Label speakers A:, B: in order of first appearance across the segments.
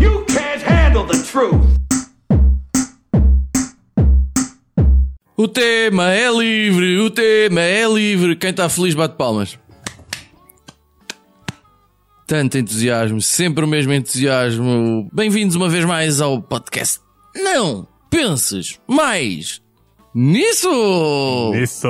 A: You can't handle the truth.
B: O tema é livre, o tema é livre. Quem está feliz bate palmas. Tanto entusiasmo, sempre o mesmo entusiasmo. Bem-vindos uma vez mais ao podcast. Não penses mais nisso!
C: Isso!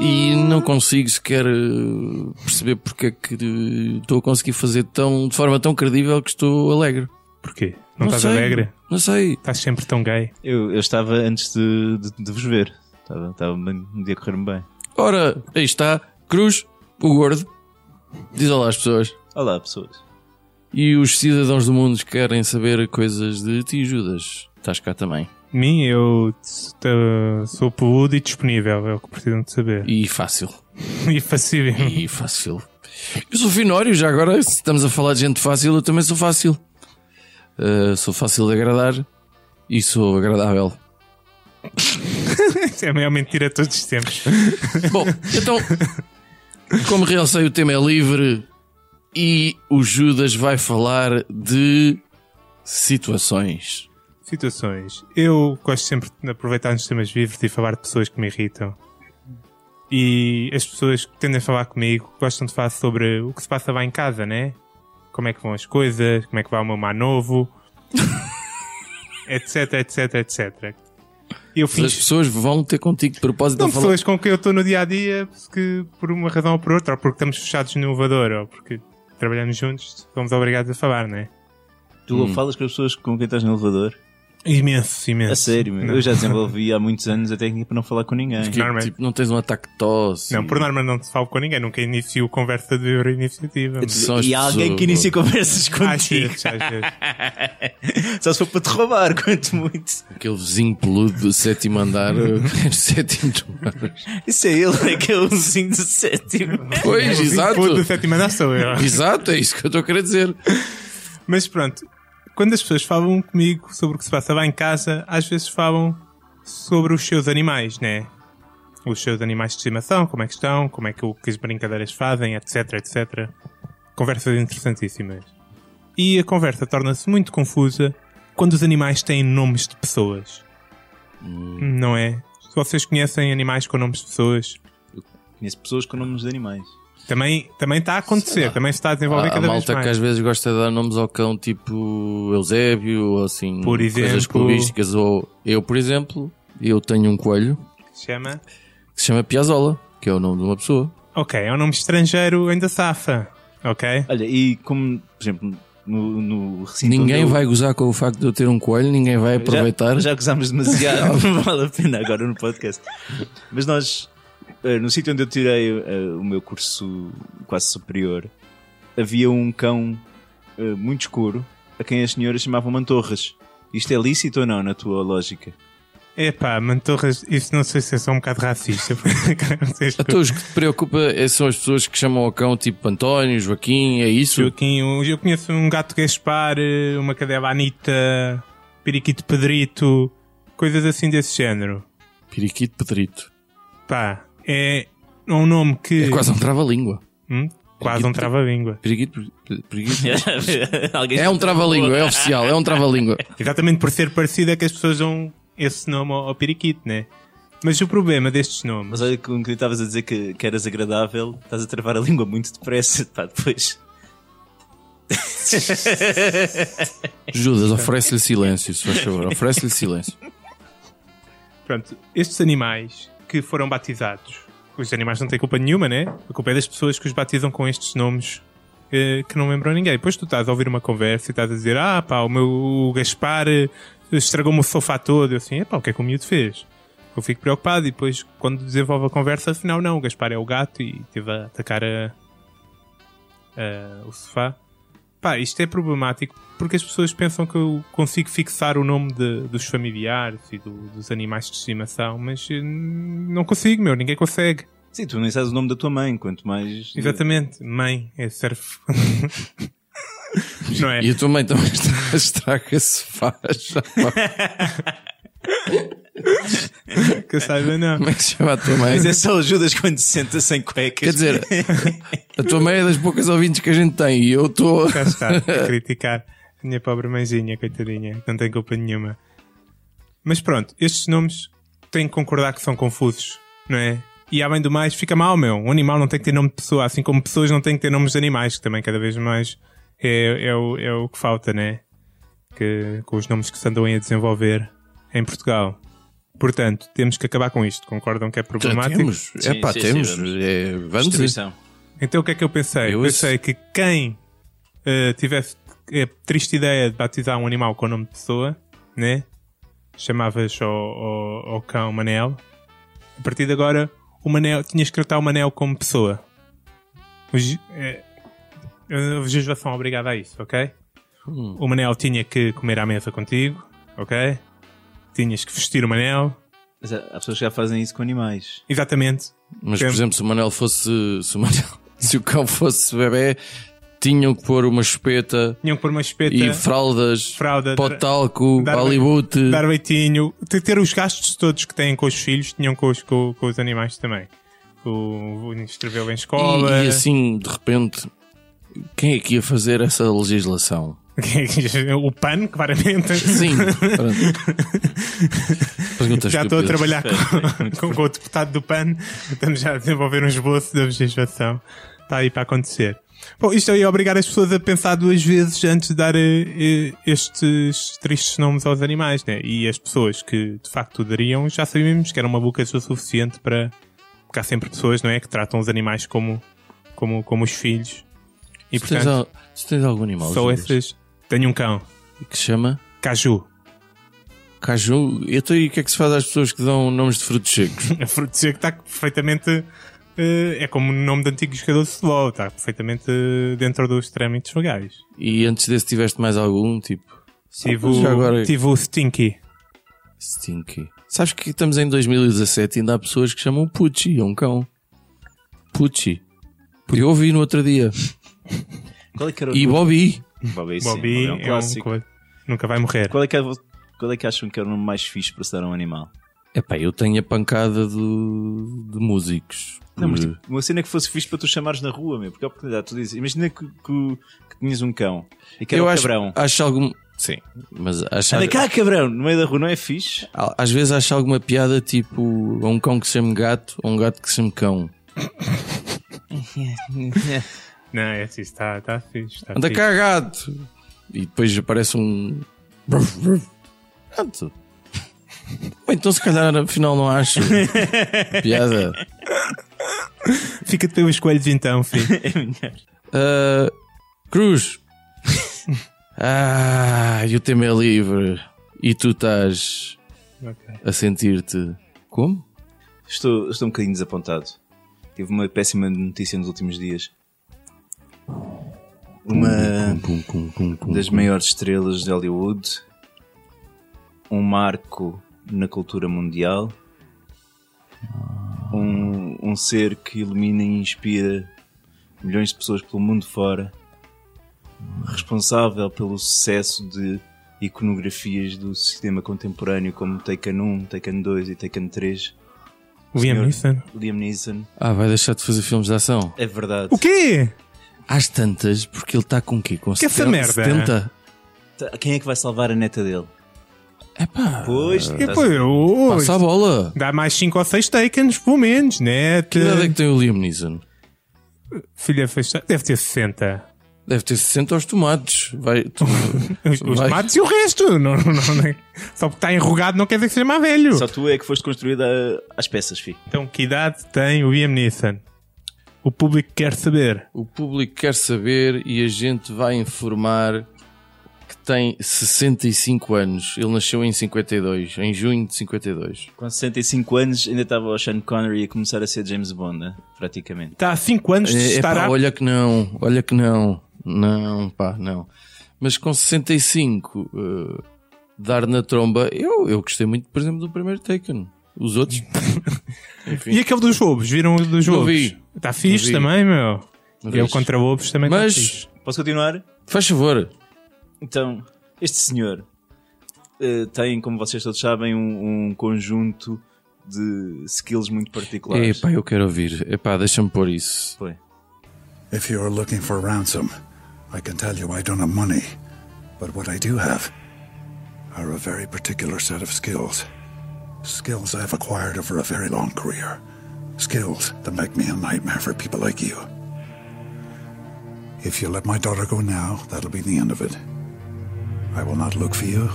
B: E não consigo sequer eh, perceber porque é que eh, estou a conseguir fazer tão, de forma tão credível que estou alegre.
C: Porquê? Não, estás
B: sei,
C: alegre?
B: Não sei.
C: Estás sempre tão gay.
D: Eu, eu estava antes de, de, de vos ver. Estava, estava um dia a correr-me bem.
B: Ora, aí está, Cruz, o gordo. Diz olá às pessoas.
D: Olá, pessoas.
B: E os cidadãos do mundo querem saber coisas de ti, Judas. Estás cá também.
C: Mim, eu s- t- sou peludo e disponível, é o que precisam de saber.
B: E fácil.
C: E facível.
B: E fácil. Eu sou Finório, já agora, se estamos a falar de gente fácil, eu também sou fácil. Ah, sou fácil de agradar e sou agradável.
C: Isso é a maior mentira de todos os tempos.
B: Bom, então, como realcei, o tema é livre e o Judas vai falar de situações.
C: Situações. Eu gosto sempre de aproveitar nos temas vivos e falar de pessoas que me irritam. E as pessoas que tendem a falar comigo gostam de falar sobre o que se passa lá em casa, né? Como é que vão as coisas, como é que vai o meu mar novo, etc, etc, etc. Eu
B: As
C: fiz
B: pessoas vão ter contigo de propósito
C: Não
B: a falar.
C: pessoas com quem eu estou no dia a dia, que por uma razão ou por outra, ou porque estamos fechados no elevador, ou porque trabalhamos juntos, somos obrigados a falar, não é?
D: Tu
B: Hum.
D: falas com as pessoas com quem estás no elevador?
C: Imenso, imenso.
D: A sério, meu.
C: Não.
D: eu já desenvolvi há muitos anos a técnica para não falar com ninguém.
B: Que,
C: Normalmente.
B: tipo, não tens um ataque de tosse.
C: Não, por norma não te falo com ninguém, nunca inicio conversa de livre iniciativa. mas-
B: São as
D: E há alguém que
B: pessoas.
D: inicia conversas
C: Às
D: contigo.
C: vezes, às vezes.
D: Só se for para te roubar, quanto muito.
B: Aquele vizinho peludo do sétimo andar, eu quero sétimo andar.
D: Isso é ele, aquele vizinho do sétimo.
B: Pois, exato.
C: Puto, do sétimo andar sou eu.
B: Exato, é isso que eu estou a querer dizer.
C: Mas pronto, quando as pessoas falam comigo sobre o que se passa lá em casa, às vezes falam sobre os seus animais, né? Os seus animais de estimação, como é que estão, como é que, o que as brincadeiras fazem, etc, etc. Conversas interessantíssimas. E a conversa torna-se muito confusa quando os animais têm nomes de pessoas.
B: Hum.
C: Não é? Se vocês conhecem animais com nomes de pessoas,
D: Conheço pessoas com nomes de animais.
C: também, também está a acontecer, também se está a desenvolver
B: Há, há
C: cada vez
B: malta
C: mais.
B: que às vezes gosta de dar nomes ao cão, tipo Eusébio, ou assim,
C: Por
B: coisas
C: exemplo.
B: clubísticas. Ou eu, por exemplo, eu tenho um coelho
C: Chama?
B: que se chama Piazzola, que é o nome de uma pessoa.
C: Ok, é um nome estrangeiro, ainda safa. Ok?
D: Olha, e como, por exemplo, no, no recinto.
B: Ninguém
D: onde eu-
B: vai gozar com o facto de eu ter um coelho, ninguém vai aproveitar.
D: Já, já gozámos demasiado, não vale a pena agora no podcast. Mas nós, eh, no sítio onde eu tirei eh, o meu curso quase superior, havia um cão eh, muito escuro a quem as senhoras chamavam Mantorras. Isto é lícito ou não, na tua lógica?
C: Epá, Mantorras, isso não sei se é só um bocado racista. porque, cara, vocês-
B: Então, os que te preocupa é- são as pessoas que chamam ao cão tipo António, Joaquim, é isso?
C: Joaquim, eu- eu conheço um gato Gaspar, eh, uma cadela Anitta, periquito Pedrito, coisas assim desse género.
B: Piriquito Pedrito.
C: Pá, é um nome que.
B: É quase um trava-língua.
C: Hum? Quase um trava-língua.
B: Piriquito, Piriquito.
D: Alguém
B: É um trava-língua, é oficial, é um trava-língua.
C: Exatamente por ser parecido é que as pessoas dão esse nome ao, ao periquito, né? Mas o problema destes nomes.
D: Mas olha, como que estavas a dizer que, que eras agradável, estás a travar a língua muito depressa, pá, depois.
B: Judas, oferece-lhe silêncio, se faz favor, oferece-lhe silêncio.
C: Pronto, estes animais que foram batizados, os animais não têm culpa nenhuma, né? A culpa é das pessoas que os batizam com estes nomes eh, que não lembram ninguém. Depois tu estás a ouvir uma conversa e estás a dizer, ah pá, o meu o Gaspar eh, estragou-me o sofá todo. Eu assim, "Epá, o que é que o miúdo fez? Eu fico preocupado e depois quando desenvolve a conversa, afinal não, o Gaspar é o gato e teve a atacar a, a- o sofá. Pá, isto é problemático porque as pessoas pensam que eu consigo fixar o nome de- dos familiares e do- dos animais de estimação, mas eh, não consigo, meu, ninguém consegue.
D: Sim, tu nem sabes o nome da tua mãe, quanto mais.
C: Exatamente, mãe, é serve. não é?
B: E a tua mãe também está- estraga-se faz.
C: Que eu saiba, não.
B: Como é que se chama a tua mãe?
D: Mas é assim. só o Judas quando se senta sem cuecas.
B: Quer dizer, a tua mãe é das poucas ouvintes que a gente tem e eu estou.
C: Cá está, a criticar a minha pobre mãezinha, coitadinha, não tem culpa nenhuma. Mas pronto, estes nomes têm que concordar que são confusos, não é? E além do mais, fica mal, meu. Um animal não tem que ter nome de pessoa, assim como pessoas não têm que ter nomes de animais, que também cada vez mais é, é o, é o que falta, né? Que, com os nomes que se andam aí a desenvolver em Portugal. Portanto, temos que acabar com isto. Concordam que é
B: Já
C: problemático?
B: temos. É pá,
D: sim, sim,
B: temos.
D: vamos.
B: É, vamos.
D: Distribuição.
C: Então o que é que eu pensei?
B: Eu
C: pensei que quem eh, tivesse a triste ideia de batizar um animal com o nome de pessoa, né? Chamavas ao, ao, ao cão Manel. A partir de agora, o Manel, tinhas que tratar o Manel como pessoa. Os, eh, a legislação é obrigada a isso, ok?
B: Hum.
C: O Manel tinha que comer à mesa contigo, ok? Tinhas que vestir o Manel.
D: Mas eh, há há pessoas que já fazem isso com animais.
C: Exatamente.
B: Mas, por
C: Temos.
B: exemplo, se o Manel fosse. Se o, Manel, se o cão fosse bebê, tinham que pôr uma espeta
C: Tinham que pôr uma espeta.
B: e fraldas,
C: Fralda,
B: pó
C: dar-
B: de talco,
C: dar-
B: balibute.
C: dar beitinho, ter, ter os gastos todos que têm com os filhos, tinham com os, com, com os animais também. O, o inscrevê-lo em escola.
B: E, e assim, de repente, quem é que ia fazer essa legislação?
C: o PAN, claramente.
B: Sim, pronto. Perguntas
C: Já estou a
B: estúpidas.
C: trabalhar com, com, com o deputado do PAN. Estamos já a desenvolver um esboço da legislação. Está aí para acontecer. Bom, isto aí é obrigar as pessoas a pensar duas vezes antes de dar eh, eh, estes tristes nomes aos animais, né? E as pessoas que de facto o dariam já sabíamos que era uma boca o suficiente para. Porque há sempre pessoas, não é? Que tratam os animais como, como, como os filhos. E
B: Se tens,
C: portanto,
B: al- se tens algum animal
C: só
B: Judas,
C: essas. Tenho um cão,
B: que se chama
C: Caju.
B: Caju, então e o que é que se faz às pessoas que dão nomes de frutos secos?
C: A fruta seca está perfeitamente. eh, é como o nome de antigo jogador de futebol, está perfeitamente eh, dentro dos trâmites legais.
B: E antes desse tiveste mais algum, tipo
C: Tive,
B: mas já
C: o-
B: agora- é
C: tive o Stinky.
B: Stinky. Sabes que estamos em 2017 e ainda há pessoas que chamam Pucci, é um cão. Pucci. Eu ouvi no outro dia.
D: Qual é que era o
B: E
D: nome?
B: Bobby.
D: Bobby, sim,
C: Bobby
D: Bobby
C: é um coisa. Nunca vai morrer.
D: Qual é, que é, vo- qual é que acham que era o nome mais fixe para se dar a um animal?
B: Epá, eu tenho a pancada do, de músicos.
D: Não, mas tipo, uma cena que fosse fixe para tu chamares na rua, meu, porque é a oportunidade, tu dizes, imagina que, que, o- que tinhas um cão e que era
B: eu
D: um
B: acho, Ah,
D: cabrão.
B: acho algum. Sim, mas acho,
D: Anda cá, cabrão, no meio da rua, não é fixe?
B: a- às vezes acho alguma piada tipo a um cão que se chama gato ou um gato que se chama cão.
C: Não, é assim, está, está fixe. Está
B: Anda
C: fixe.
B: cá, gato! E depois aparece um. Pronto. Ou então, se calhar, afinal, não acho piada.
C: Fica-te pelos coelhos então, filho.
D: É melhor.
B: Ah, Cruz. Ah, e o tema é livre. E tu estás
C: Ok.
B: a sentir-te. Como?
D: Estou, estou um bocadinho desapontado. Tive uma péssima notícia nos últimos dias. Uma
B: Pum, pum, pum, pum.
D: das maiores estrelas de Hollywood, um marco na cultura mundial, um, um ser que ilumina e inspira milhões de pessoas pelo mundo fora, responsável pelo sucesso de iconografias do cinema contemporâneo como Taken 1, Taken 2 e Taken 3.
C: Liam Neeson.
D: Liam Neeson.
B: Ah, vai deixar de fazer filmes de ação.
D: É verdade.
C: O quê?
B: Às tantas, porque ele está com o quê? Com
C: Que essa
B: 70?
C: merda?
B: 70?
D: Tá, Quem é que vai salvar a neta dele?
C: é?
D: Ah.
B: Epá,
D: Pois,
C: E, pô, eu-
B: passa a bola.
C: Dá mais 5 ou 6 takens, pelo menos, né?
B: Que idade é que tem o Liam Neeson?
C: Filha fechada. Deve ter 60.
B: Deve ter 60 aos tomates. Vai, tu-
C: Os, os
B: Vai.
C: tomates e o resto. Não, não, não, Só porque está enrugado não quer dizer que seja mais velho.
D: só tu é que foste construída às peças, fi.
C: Então, que idade tem o Liam Neeson? O público quer saber.
B: O público quer saber e a gente vai informar que tem 65 anos. Ele nasceu em 52, em junho de 52.
D: Com 65 anos ainda estava o Sean Connery a começar a ser James Bond, né? praticamente.
C: Está há 5 anos de
B: É,
C: estar
B: pá,
C: apto.
B: olha que não, olha que não. Não, pá, não. Mas com 65, eh, dar na tromba, eu, eu gostei muito, por exemplo, do primeiro Taken. Os outros,
C: E aquele dos lobos? Viram o dos
B: Não
C: lobos?
B: vi.
C: Está fixe
B: Não vi.
C: também, meu.
B: Não
C: Eu
B: vi.
C: contra lobos também tá
B: Mas-
C: fixe.
D: Posso continuar?
B: Faz favor.
D: Então, este senhor eh, tem, como vocês todos sabem, um, um conjunto de skills muito particulares.
B: Epá, eu quero ouvir. Epá, deixa-me pôr isso.
D: Foi.
E: If you're looking for ransom, I can tell you I don't have money. But what I do have are a very particular set of skills. Skills I've acquired over a very long career. Skills that make me a nightmare for people like you. If you let my daughter go now, that'll be the end of it. I will not look for you.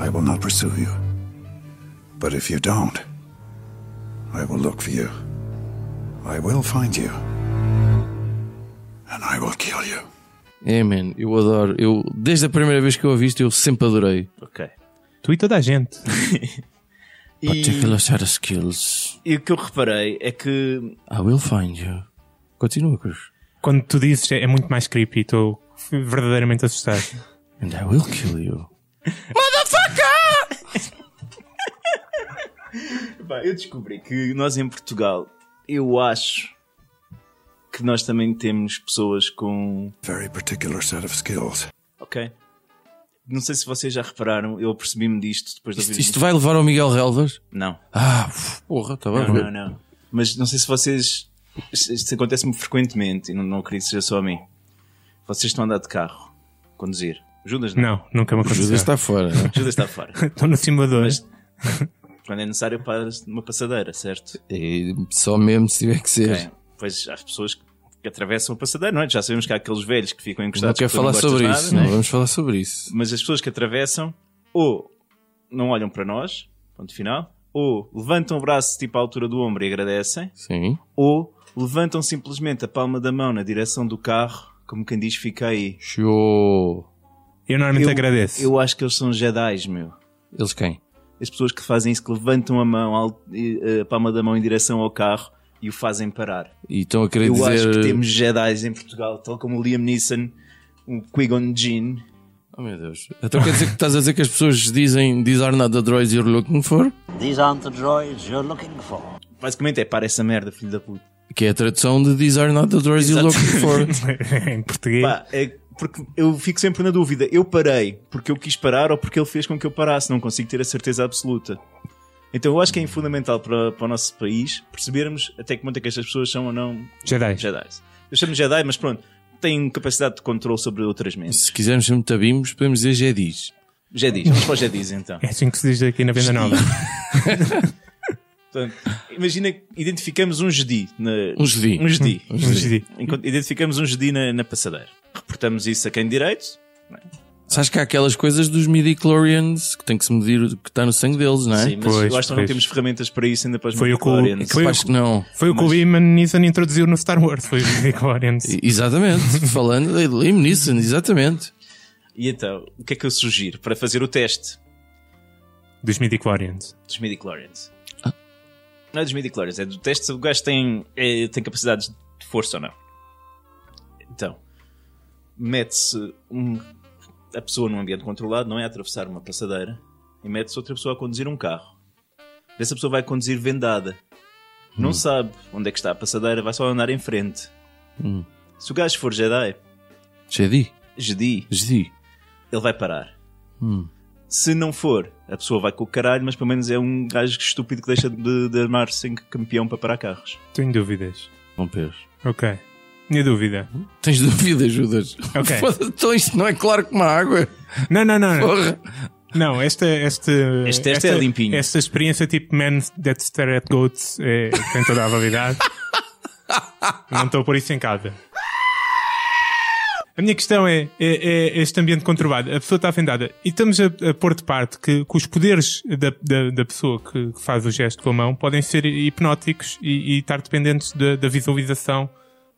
E: I will not pursue you. But if you don't, I will look for you. I will find you. And I will kill you.
B: É, man, eu adoro. Eu, desde a primeira vez que eu ouvi isto, eu sempre adorei.
D: Ok.
C: Tu e toda a gente.
B: Particular set of skills.
D: E o que eu reparei é que
B: I will find you. Continua, Cruz.
C: Quando tu dizes é é muito mais creepy, estou verdadeiramente assustado.
B: And I will kill you.
D: Pá, eu descobri que nós em Portugal, eu acho que nós também temos pessoas com.
E: Very particular set of skills.
D: Ok. Não sei se vocês já repararam, eu percebi-me disto depois de ouvir.
B: Isto, isto vai levar ao Miguel Relvas?
D: Não,
B: Ah, uf, porra, tá bem.
D: não, não, não. Mas não sei se vocês. Isto isto acontece-me frequentemente e não, não acredito que seja só a mim. Vocês estão a andar de carro, conduzir. Judas não.
C: Não, nunca me
B: Judas
C: aconteceu.
B: está fora. né?
D: Judas está fora.
C: Estou no simulador.
D: Mas- Quando é necessário, paras numa passadeira, certo?
B: E só mesmo se tiver que ser.
D: Bem, pois há as pessoas que atravessam a passadeira, não é? Já sabemos que há aqueles velhos que ficam
B: Não
D: encostados.
B: quero
D: que tu
B: falar
D: não gostas
B: sobre
D: nada,
B: isso.
D: não é?
B: Não vamos falar sobre isso.
D: Mas as pessoas que atravessam ou não olham para nós, ponto final, ou levantam o braço tipo à altura do ombro e agradecem,
B: Sim.
D: ou levantam simplesmente a palma da mão na direção do carro, como quem diz fica aí.
B: Show.
C: Eu normalmente agradeço.
D: eu acho que eles são Jedi's, meu.
B: Eles quem?
D: As pessoas que fazem isso, que levantam a mão, al- e, eh, a palma da mão em direção ao carro e o fazem parar.
B: E estão a querer
D: Eu
B: dizer. eh,
D: acho que temos Jedi's em Portugal, tal como o Liam Neeson, o Qui-Gon Jinn.
B: Oh meu Deus. Então quer dizer que estás a dizer que as pessoas dizem These are not the droids you're looking for?
F: These aren't the droids you're looking for.
D: Basicamente é para essa merda, filho da puta.
B: Que é a tradução de These are not the droids you're
D: Exato.
B: looking for.
C: em português.
D: Pá, é porque eu fico sempre na dúvida. Eu parei porque eu quis parar ou porque ele fez com que eu parasse. Não consigo ter a certeza absoluta. Então eu acho que é fundamental para, para o nosso país percebermos até que ponto é que estas pessoas são ou não
C: Jedi.
D: Jedi. Eu chamo Jedi, mas pronto, têm capacidade de controle sobre outras mentes.
B: Se quisermos ser muito abimos, podemos dizer Jedis.
D: Jedis, vamos para os Jedis então.
C: É assim que se diz aqui na venda nova.
D: Portanto, imagina que identificamos um Jedi. Na,
B: Um Jedi.
D: Um Jedi.
B: Um
C: Mas diz,
D: Enquanto- Identificamos um Jedi na, na passadeira. Reportamos isso a quem de direito.
B: Sabes que há aquelas coisas dos midi-chlorians que tem que se medir o que está no sangue deles, não é?
D: Sim, mas
C: Pois,
D: eu acho que não
C: pois.
D: temos ferramentas para isso ainda para os
C: Foi o que o-
D: midichlorians.
C: foi o
B: Acho que não.
C: Foi o que o Iman Neeson introduziu no Star Wars. Foi o Midichlorians.
B: E- Exatamente. Falando de Liam Neeson, exatamente.
D: E então, o que é que eu sugiro para fazer o teste
C: Dos Midichlorians.
D: dos midichlorians? Não é dos midichlorians, é do teste se o gajo tem, é, tem capacidades de força ou não. Então, mete-se um- a pessoa num ambiente controlado, não é a atravessar uma passadeira, e mete-se outra pessoa a conduzir um carro. Essa pessoa vai conduzir vendada. Não sabe onde é que está a passadeira, vai só andar em frente. Se o gajo for Jedi,
B: Jedi.
D: Jedi,
B: Jedi.
D: ele vai parar.
B: Hum.
D: Se não for, a pessoa vai com o caralho, mas pelo menos é um gajo estúpido que deixa de, de armar-se em campeão para parar carros.
C: Tenho dúvidas.
B: Bom, Pedro.
C: Ok. Minha dúvida.
B: Tens dúvida, Judas?
C: Ok.
B: Foda-se, Então isto não é claro como a água.
C: Não, não, não. não.
B: Porra.
C: Não, esta, esta,
D: Este teste é limpinho.
C: Esta experiência tipo Man That Stare at Goats é, tem toda a validade. Não estou por isso em casa. A minha questão é, é- é este ambiente conturbado. A pessoa está vendada. E estamos a, a pôr de parte que, que os poderes da, da, da pessoa que, que faz o gesto com a mão podem ser hipnóticos e, e estar dependentes da, da visualização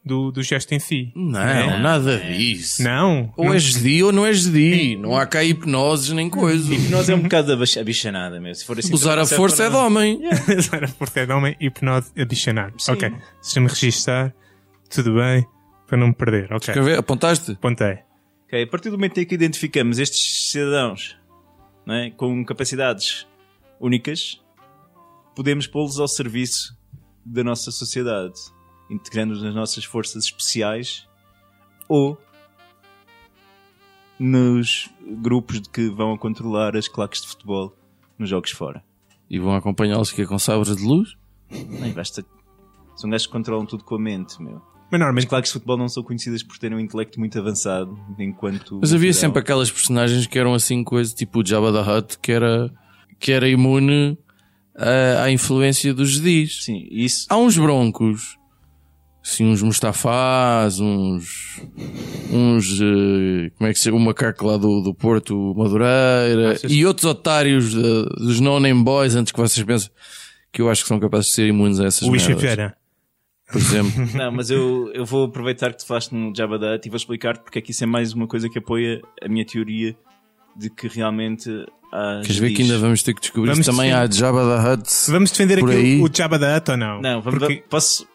C: do, do gesto em si.
D: Hum.
B: Não, nada disso.
C: É. Não?
B: Ou
C: não
B: és Jedi ou não és Jedi. Não há cá hipnoses nem coisa.
D: Hipnose é um bocado da bicha- bichanada mesmo. Se for assim,
B: Usar a
D: também serve
B: força
D: para
B: é de homem.
C: Sara Porta de homem, hipnose adicionar. Ok. Deixa-me registar. Tudo bem. Para não me perder. Ok. é.
B: Quer ver? Apontaste?
C: Apontei.
D: Ok, a partir do momento em que identificamos estes cidadãos não é, com capacidades únicas, podemos pô-los ao serviço da nossa sociedade, integrando-os nas nossas forças especiais ou nos grupos de que vão a controlar as claques de futebol nos jogos fora.
B: E vão acompanhá-los que é com sabres de luz?
D: Não, e basta... São gajos que controlam tudo com a mente, meu.
C: Mas
D: Mas
C: normalmente,
D: claques de futebol não são conhecidas por terem um intelecto muito avançado, enquanto...
B: Mas havia sempre
D: a...
B: aquelas personagens que eram assim, coisa tipo o Jabba da Hutt, que era, que era imune eh, à, à influência dos jedis.
D: Sim, isso...
B: Há uns broncos, assim, uns Mustafás, uns. uns. eh, como é que se chama? O macaco lá do, do Porto, o Madureira,
C: Achas-
B: e outros otários de- dos no-name boys, antes que vocês pensem, que eu acho que são capazes de ser imunes a essas
C: o Isha
B: merdas.
C: Fiera.
B: Por exemplo.
D: Não, mas eu, eu vou aproveitar que tu falaste no Jabba da Hutt e vou explicar-te porque é que isso é mais uma coisa que apoia a minha teoria de que realmente há
B: Queres ver que
D: judis.
B: ainda vamos ter que descobrir
C: Vamos
B: se também há Jabba da Hutt.
C: Vamos defender
B: Por
C: aqui
B: aí.
C: o Jabba da Hutt ou não?
D: Não, vamos
C: Porque-
D: posso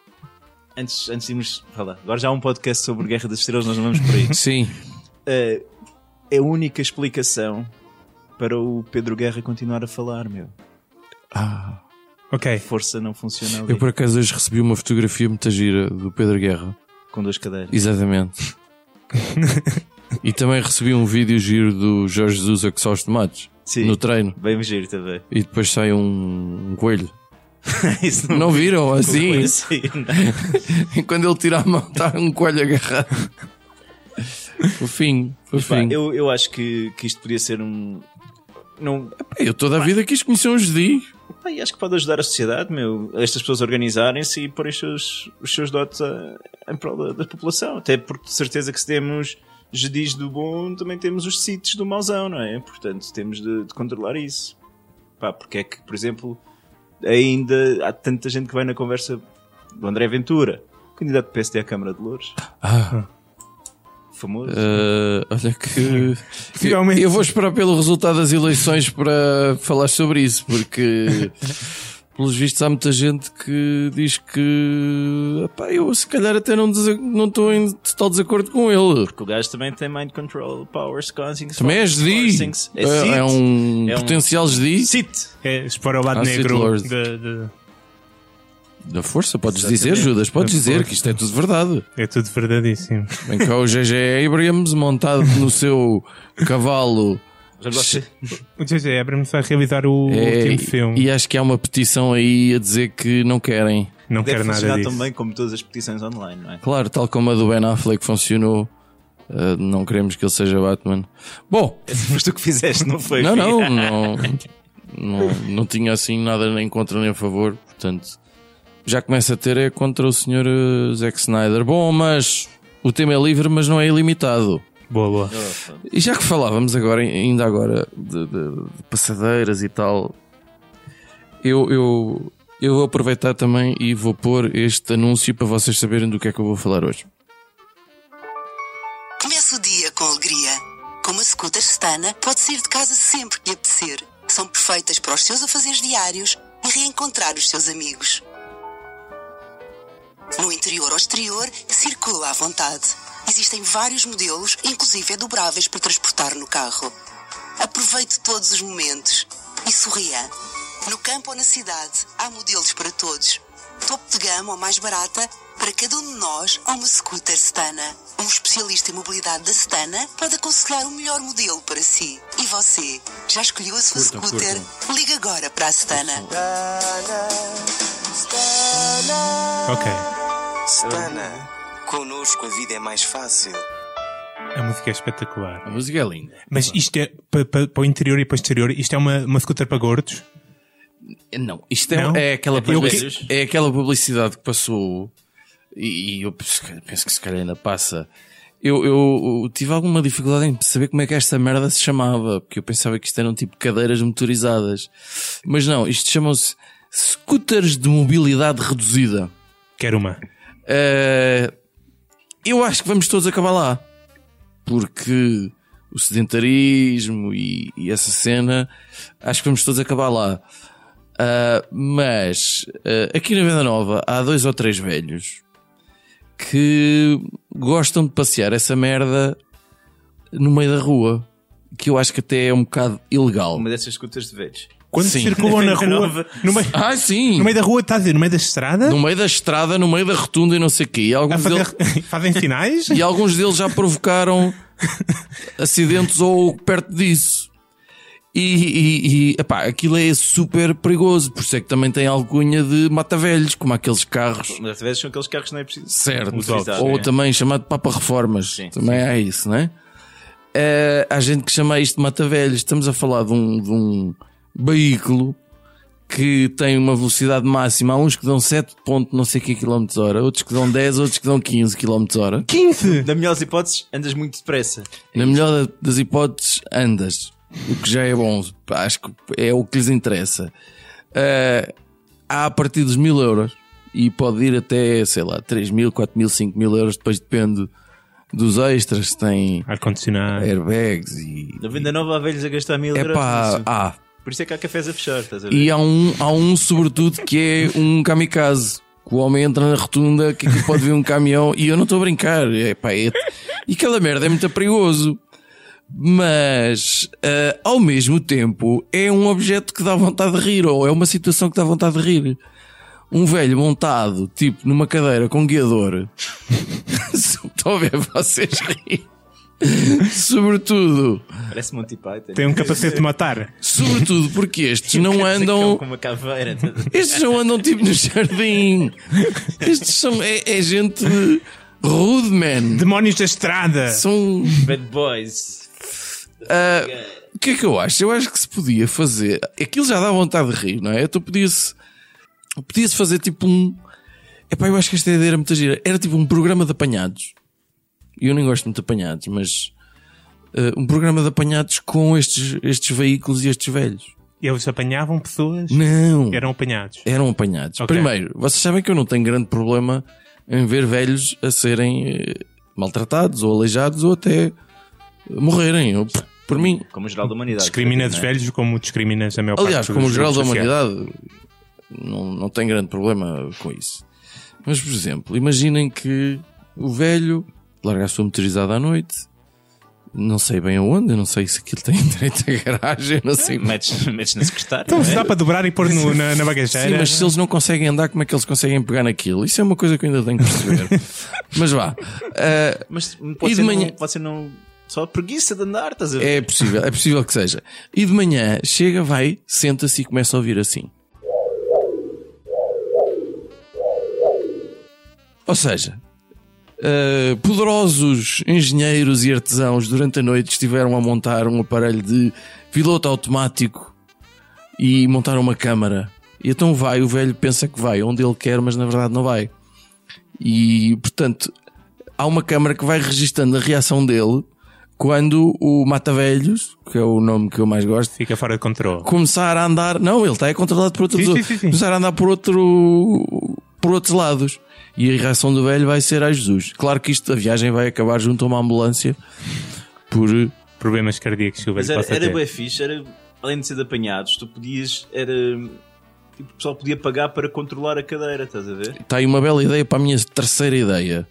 D: antes antes de irmos falar. Agora já há um podcast sobre Guerra das Estrelas, nós não vamos por aí.
B: Sim.
D: Eh, é a única explicação para o Pedro Guerra continuar a falar, meu.
C: Ok.
D: Força não funciona ali,
B: Eu por acaso hoje recebi uma fotografia muito gira do Pedro Guerra.
D: com duas cadeiras.
B: Exatamente. e também recebi um vídeo giro do Jorge Jesus a coçar os tomates
D: Sim.
B: no treino.
D: Bem giro também.
B: E depois sai um, um coelho.
D: Isso
B: Não
D: Um
B: viram assim?
D: Sim.
B: E quando ele tira a mão, está um coelho agarrado. Fofinho,
D: Pá,
B: fofinho. Eu...
D: eu, eu acho que, que isto podia ser um. Não,
B: eu toda a vida quis conhecer um judí.
D: Pá, e acho que pode ajudar a sociedade, meu, estas pessoas a organizarem-se e pôr os seus, os seus dotes a- em prol da, da população. Até porque de certeza que se temos jedis do bom, também temos os sítios do mauzão, não é? Portanto, temos de, de controlar isso. Pá, porque é que, por exemplo, ainda há tanta gente que vai na conversa do André Ventura, candidato do PSD à Câmara de Louros,
B: Ah,
D: famoso.
B: eh, olha que.
C: Finalmente.
B: Eu vou esperar pelo resultado das eleições para falar sobre isso, porque pelos vistos há muita gente que diz que "Epá, eu se calhar até não desa- não estou em total desacordo com ele.
D: Porque o gajo também tem mind control, powers, conscience,
B: Também é GD.
D: É,
B: É, é um
D: É um-
B: potencial GD
D: Sit.
C: É, expor ao lado
B: Ah, Sith
C: negro
B: Lord.
C: de, de-
B: da força, podes
D: Exatamente.
B: dizer, Judas, podes
C: Da
B: dizer
C: força.
B: que isto é tudo verdade.
C: É tudo verdadeíssimo.
B: Vem cá o GG Abrams montado no seu cavalo.
D: Já gostei.
C: O JJ Abrams vai realizar o
B: É,
C: último filme.
B: e acho que há uma petição aí a dizer que não querem.
C: Não
D: Deve
C: quero nada
D: funcionar
C: disso.
D: também como todas as petições online, não é?
B: Claro, tal como a do Ben Affleck funcionou, uh, não queremos que ele seja Batman. Bom,
D: É tipo, Mas tu que fizeste, não foi?
B: não, não, não, não, não tinha assim nada nem contra nem a favor, portanto, já começa a ter é contra o senhor eh, Zack Snyder. Bom, mas o tema é livre, mas não é ilimitado.
C: Boa, boa.
B: E já que falávamos agora, ainda agora, de, de- de passadeiras e tal, eu, eu, eu vou aproveitar também e vou pôr este anúncio para vocês saberem do que é que eu vou falar hoje.
G: Comece o dia com alegria. Com uma scooter Stana, pode sair de casa sempre que lhe apetecer. São perfeitas para os seus afazeres diários e reencontrar os seus amigos. No interior ou exterior, circula à vontade. Existem vários modelos, inclusive dobráveis para transportar no carro. Aproveite todos os momentos e sorria. No campo ou na cidade, há modelos para todos. Topo de gama ou mais barata, para cada um de nós há uma scooter Stana. Um especialista em mobilidade da Stana pode aconselhar o melhor modelo para si. E você? Já escolheu a sua scooter? Liga agora para a Stana.
C: Ok.
H: Stana, connosco a vida é mais fácil.
C: A música é espetacular.
B: A música é linda.
C: Mas isto é pa- pa- para, o interior e para o exterior, isto é uma, uma scooter para gordos.
B: Não, isto é,
C: Não?
B: é aquela
C: É para os
B: publicidade, é aquela publicidade que passou e, e eu penso que- penso que se calhar ainda passa. Eu, eu- eu tive alguma dificuldade em saber como é que esta merda se chamava, porque eu pensava que isto eram tipo cadeiras motorizadas. Mas não, isto chamam-se scooters de mobilidade reduzida.
C: Quero uma.
B: Eh, eu acho que vamos todos acabar lá. Porque o sedentarismo e, e essa cena, acho que vamos todos acabar lá. Ah, mas ah, aqui na Venda Nova há dois ou três velhos que gostam de passear essa merda no meio da rua. Que eu acho que até é um bocado ilegal.
D: Uma dessas scooters de velhos.
C: Quando
B: Sim.
C: circulam na
D: Não,
C: rua, no meio,
B: Ah, sim!
C: no meio da rua, estás a dizer, no meio da estrada,
B: No meio da estrada, no meio da rotunda e não sei o quê. E
C: a
B: alguns,
C: fazer,
B: deles-
C: fazem sinais?
B: e alguns deles já provocaram acidentes ou perto disso. E, e, e, epá, aquilo é super perigoso, por isso é que também tem alcunha de mata-velhos, como aqueles carros,
D: Às vezes são aqueles carros que não é preciso.
B: certo?
D: Os autos,
B: ou
D: né?
B: também chamado papa-reformas,
D: Sim,
B: também há isso, não é? Eh, há gente que chama isto de mata-velhos, estamos a falar de um, de um veículo que tem uma velocidade máxima, há uns que dão 7 ponto não sei que km hora, outros que dão 10, outros que dão 15 km hora.
C: 15!
D: Na melhor das hipóteses, andas muito depressa.
B: Na melhor da- das hipóteses, andas. O que já é bom. Acho que é o que lhes interessa. Ah, há a partir dos mil euros e pode ir até, sei lá, 3 mil, 4 mil, 5 mil euros. Depois depende dos extras. Tem
C: Ar-condicionado.
B: airbags e.
D: Na venda nova há velhos a gastar mil
B: É
D: euros.
B: pá,
D: nisso.
B: ah,
D: Por isso é que há cafés a fechar, estás a ver?
B: e há um, há um, sobretudo, que é um kamikaze. Que o homem entra na rotunda, que aqui pode vir um caminhão, e eu não estou a brincar. É, pá, é- E aquela merda é muito perigoso. Mas, ah, ao mesmo tempo, é um objeto que dá vontade de rir, ou é uma situação que dá vontade de rir. Um velho montado, tipo, numa cadeira com guiador. Se eu Estou a ver vocês rir. Sobretudo,
D: Parece Monty Python.
C: Tem um capacete de matar.
B: sobretudo porque estes não andam.
D: Com uma caveira. estás a ver?
B: Estes não andam tipo no jardim. Estes são. É, é gente. Rude man.
C: Demónios da estrada!
B: São.
D: Bad boys.
B: ah, o que é que eu acho? Eu acho que se podia fazer. Aquilo já dá vontade de rir, não é? Então podia-se. Podia-se fazer tipo um. Epá, eu acho que esta ideia era muito gira. Era tipo um programa de apanhados. E eu nem gosto muito de apanhados, mas. ah, um programa de apanhados com estes, estes veículos e estes velhos.
C: E eles apanhavam pessoas
B: Não!
C: que eram apanhados.
B: Eram apanhados.
C: Ok.
B: Primeiro, vocês sabem que eu não tenho grande problema em ver velhos a serem eh, maltratados ou aleijados ou até eh, morrerem. Eu, por, por mim,
D: Como geral da humanidade.
C: Discriminas
D: não
C: os
D: é?
C: velhos como discriminas a maior
B: aliás,
C: parte
B: como
C: dos
B: geral da
C: grupos sociais.
B: humanidade, não, não tenho grande problema com isso. Mas, por exemplo, imaginem que o velho larga a sua motorizada à noite. Não sei bem aonde, eu não sei se aquilo tem direito à garagem, eu não sei.
D: Metes, metes na secretária.
C: Então
D: não
C: se
D: é?
C: dá para dobrar e pôr no- na, na bagageira.
B: Sim, mas se eles não conseguem andar, como é que eles conseguem pegar naquilo? Isso é uma coisa que eu ainda tenho que perceber. mas vá. Ah,
D: Mas
B: E de
D: pode ser,
B: manhã-
D: não, pode ser não. Só preguiça de andar, estás a ver?
B: é possível, é possível que seja. E de manhã chega, vai, senta-se e começa a ouvir assim. Ou seja, ah, poderosos engenheiros e artesãos durante a noite estiveram a montar um aparelho de piloto automático e montaram uma câmara. E então vai, o velho pensa que vai onde ele quer, mas na verdade não vai. E portanto, há uma câmara que vai registando a reação dele quando o Matavelhos, que é o nome que eu mais gosto,
C: Fica fora de controle.
B: começar a andar. Não, ele está aí controlado por outra
C: Sim,
B: pessoa.
C: sim, sim, sim.
B: Começar a andar por outro. por outros lados. E a reação do velho vai ser a Jesus. Claro que isto da viagem vai acabar junto a uma ambulância por.
C: Problemas cardíacos que o velho
D: Mas era,
C: possa
D: era
C: ter.
D: bué fixe, era, além de ser de apanhados, tu podias. Era, tipo, o pessoal podia pagar para controlar a cadeira, estás a ver?
B: Está tá aí uma bela ideia para a minha terceira ideia.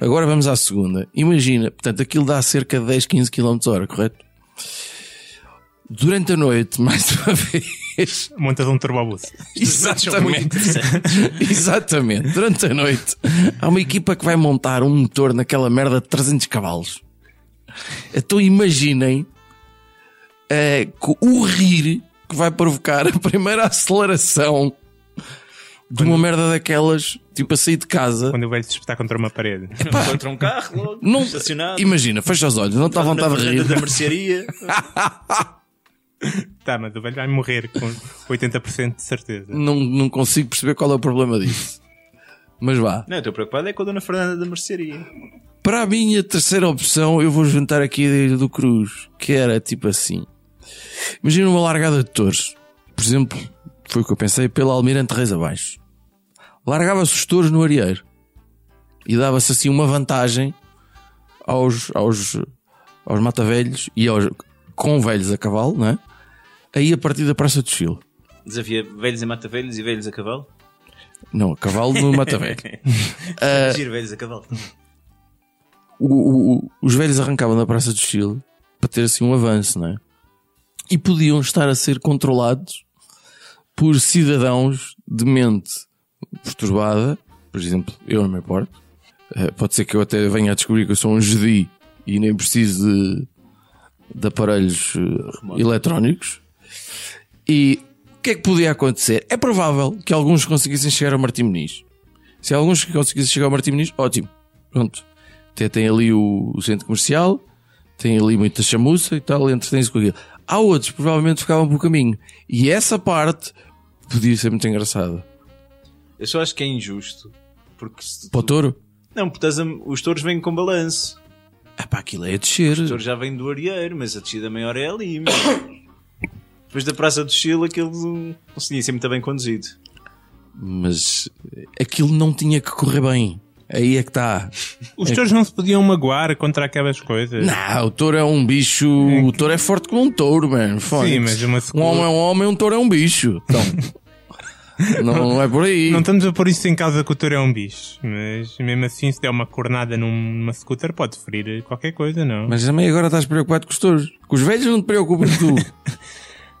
B: Agora vamos à segunda. Imagina, portanto, aquilo dá cerca de 10, 15 km hora, correto? Durante a noite, mais uma vez.
C: Montas um turbobus.
B: Exatamente. é Exatamente. Durante a noite, há uma equipa que vai montar um motor naquela merda de 300 cavalos. Então imaginem eh, co- o rir que vai provocar a primeira aceleração de uma merda daquelas, tipo a sair de casa.
C: Quando o velho se espetar contra uma parede.
D: Contra um carro logo,
B: Não,
D: estacionado.
B: imagina, fecha os olhos, não está à
D: na
B: vontade de
D: varanda da
B: rir.
D: mercearia.
C: Tá, mas o velho vai morrer com 80% de certeza.
B: Não, não consigo perceber qual é o problema disso. Mas vá.
D: não, eu estou preocupado é com a dona Fernanda da mercearia.
B: Para a minha terceira opção, eu vou juntar aqui a ideia do Cruz, que era tipo assim. Imagina uma largada de touros. Por exemplo, foi o que eu pensei, pela Almirante Reis abaixo. Largava-se os touros no areeiro. E dava-se assim uma vantagem aos, aos, aos matavelhos e aos com velhos a cavalo, não é? Aí a partir da Praça do Chile.
D: Desafia velhos em mata-velhos e velhos a cavalo.
B: Não, a cavalo no matavelho.
D: Giro velhos a cavalo.
B: o- o- o- os velhos arrancavam da Praça do Chile para ter assim um avanço, não é? E podiam estar a ser controlados por cidadãos de mente perturbada, por exemplo, eu não me importo. Eh, Pode ser que eu até venha a descobrir que eu sou um jedi e nem preciso de, de aparelhos eh, eletrónicos. E o que é que podia acontecer? É provável que alguns conseguissem chegar ao Martim Moniz. Se há alguns que conseguissem chegar ao Martim Moniz, ótimo. Pronto. Até tem ali o, o centro comercial, tem ali muita chamuça e tal, entretém-se com aquilo. Há outros que provavelmente ficavam pelo caminho. E essa parte podia ser muito engraçada.
D: Eu só acho que é injusto. Porque se
B: Para o touro?
D: Não, porque estás a- os touros vêm com balanço.
B: Ah pá, aquilo é a descer.
D: O touro já vem do areeiro, mas a descida maior é ali. meu. Depois da Praça do Chile, aquilo não conseguia ser muito bem conduzido.
B: Mas aquilo não tinha que correr bem. Aí é que está.
C: Os touros não se podiam magoar contra aquelas coisas.
B: Não, o touro é um bicho. O touro é forte como um touro, mano. Fónix.
C: mas uma
B: Um
C: secura-
B: homem é um homem, um touro é um bicho. Então. não, não é por aí.
C: Não tá- estamos a pôr isso em causa que o touro é um bicho, mas mesmo assim, se der uma cornada num- numa scooter, pode ferir qualquer coisa, não?
B: Mas também agora estás preocupado com os touros. Com os velhos não te preocupas tu.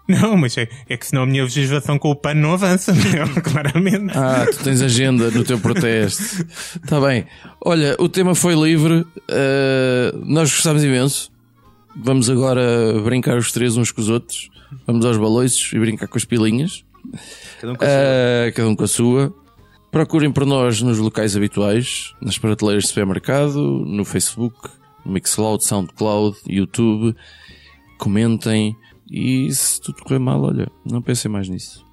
C: Não, mas é, é que senão a minha legislação com o pano não avança, meu, claramente.
B: Ah, tu tens agenda no teu protesto. Está bem. Olha, o tema foi livre. eh, nós gostámos imenso. Vamos agora brincar os três uns com os outros. Vamos aos baloiços e brincar com as pilinhas.
D: Cada um com a sua.
B: Ah, cada um com a sua. Procurem por nós nos locais habituais, nas prateleiras de supermercado, no Facebook, no Mixcloud, Soundcloud, YouTube. Comentem e se tudo correr mal, olha, não pensem mais nisso.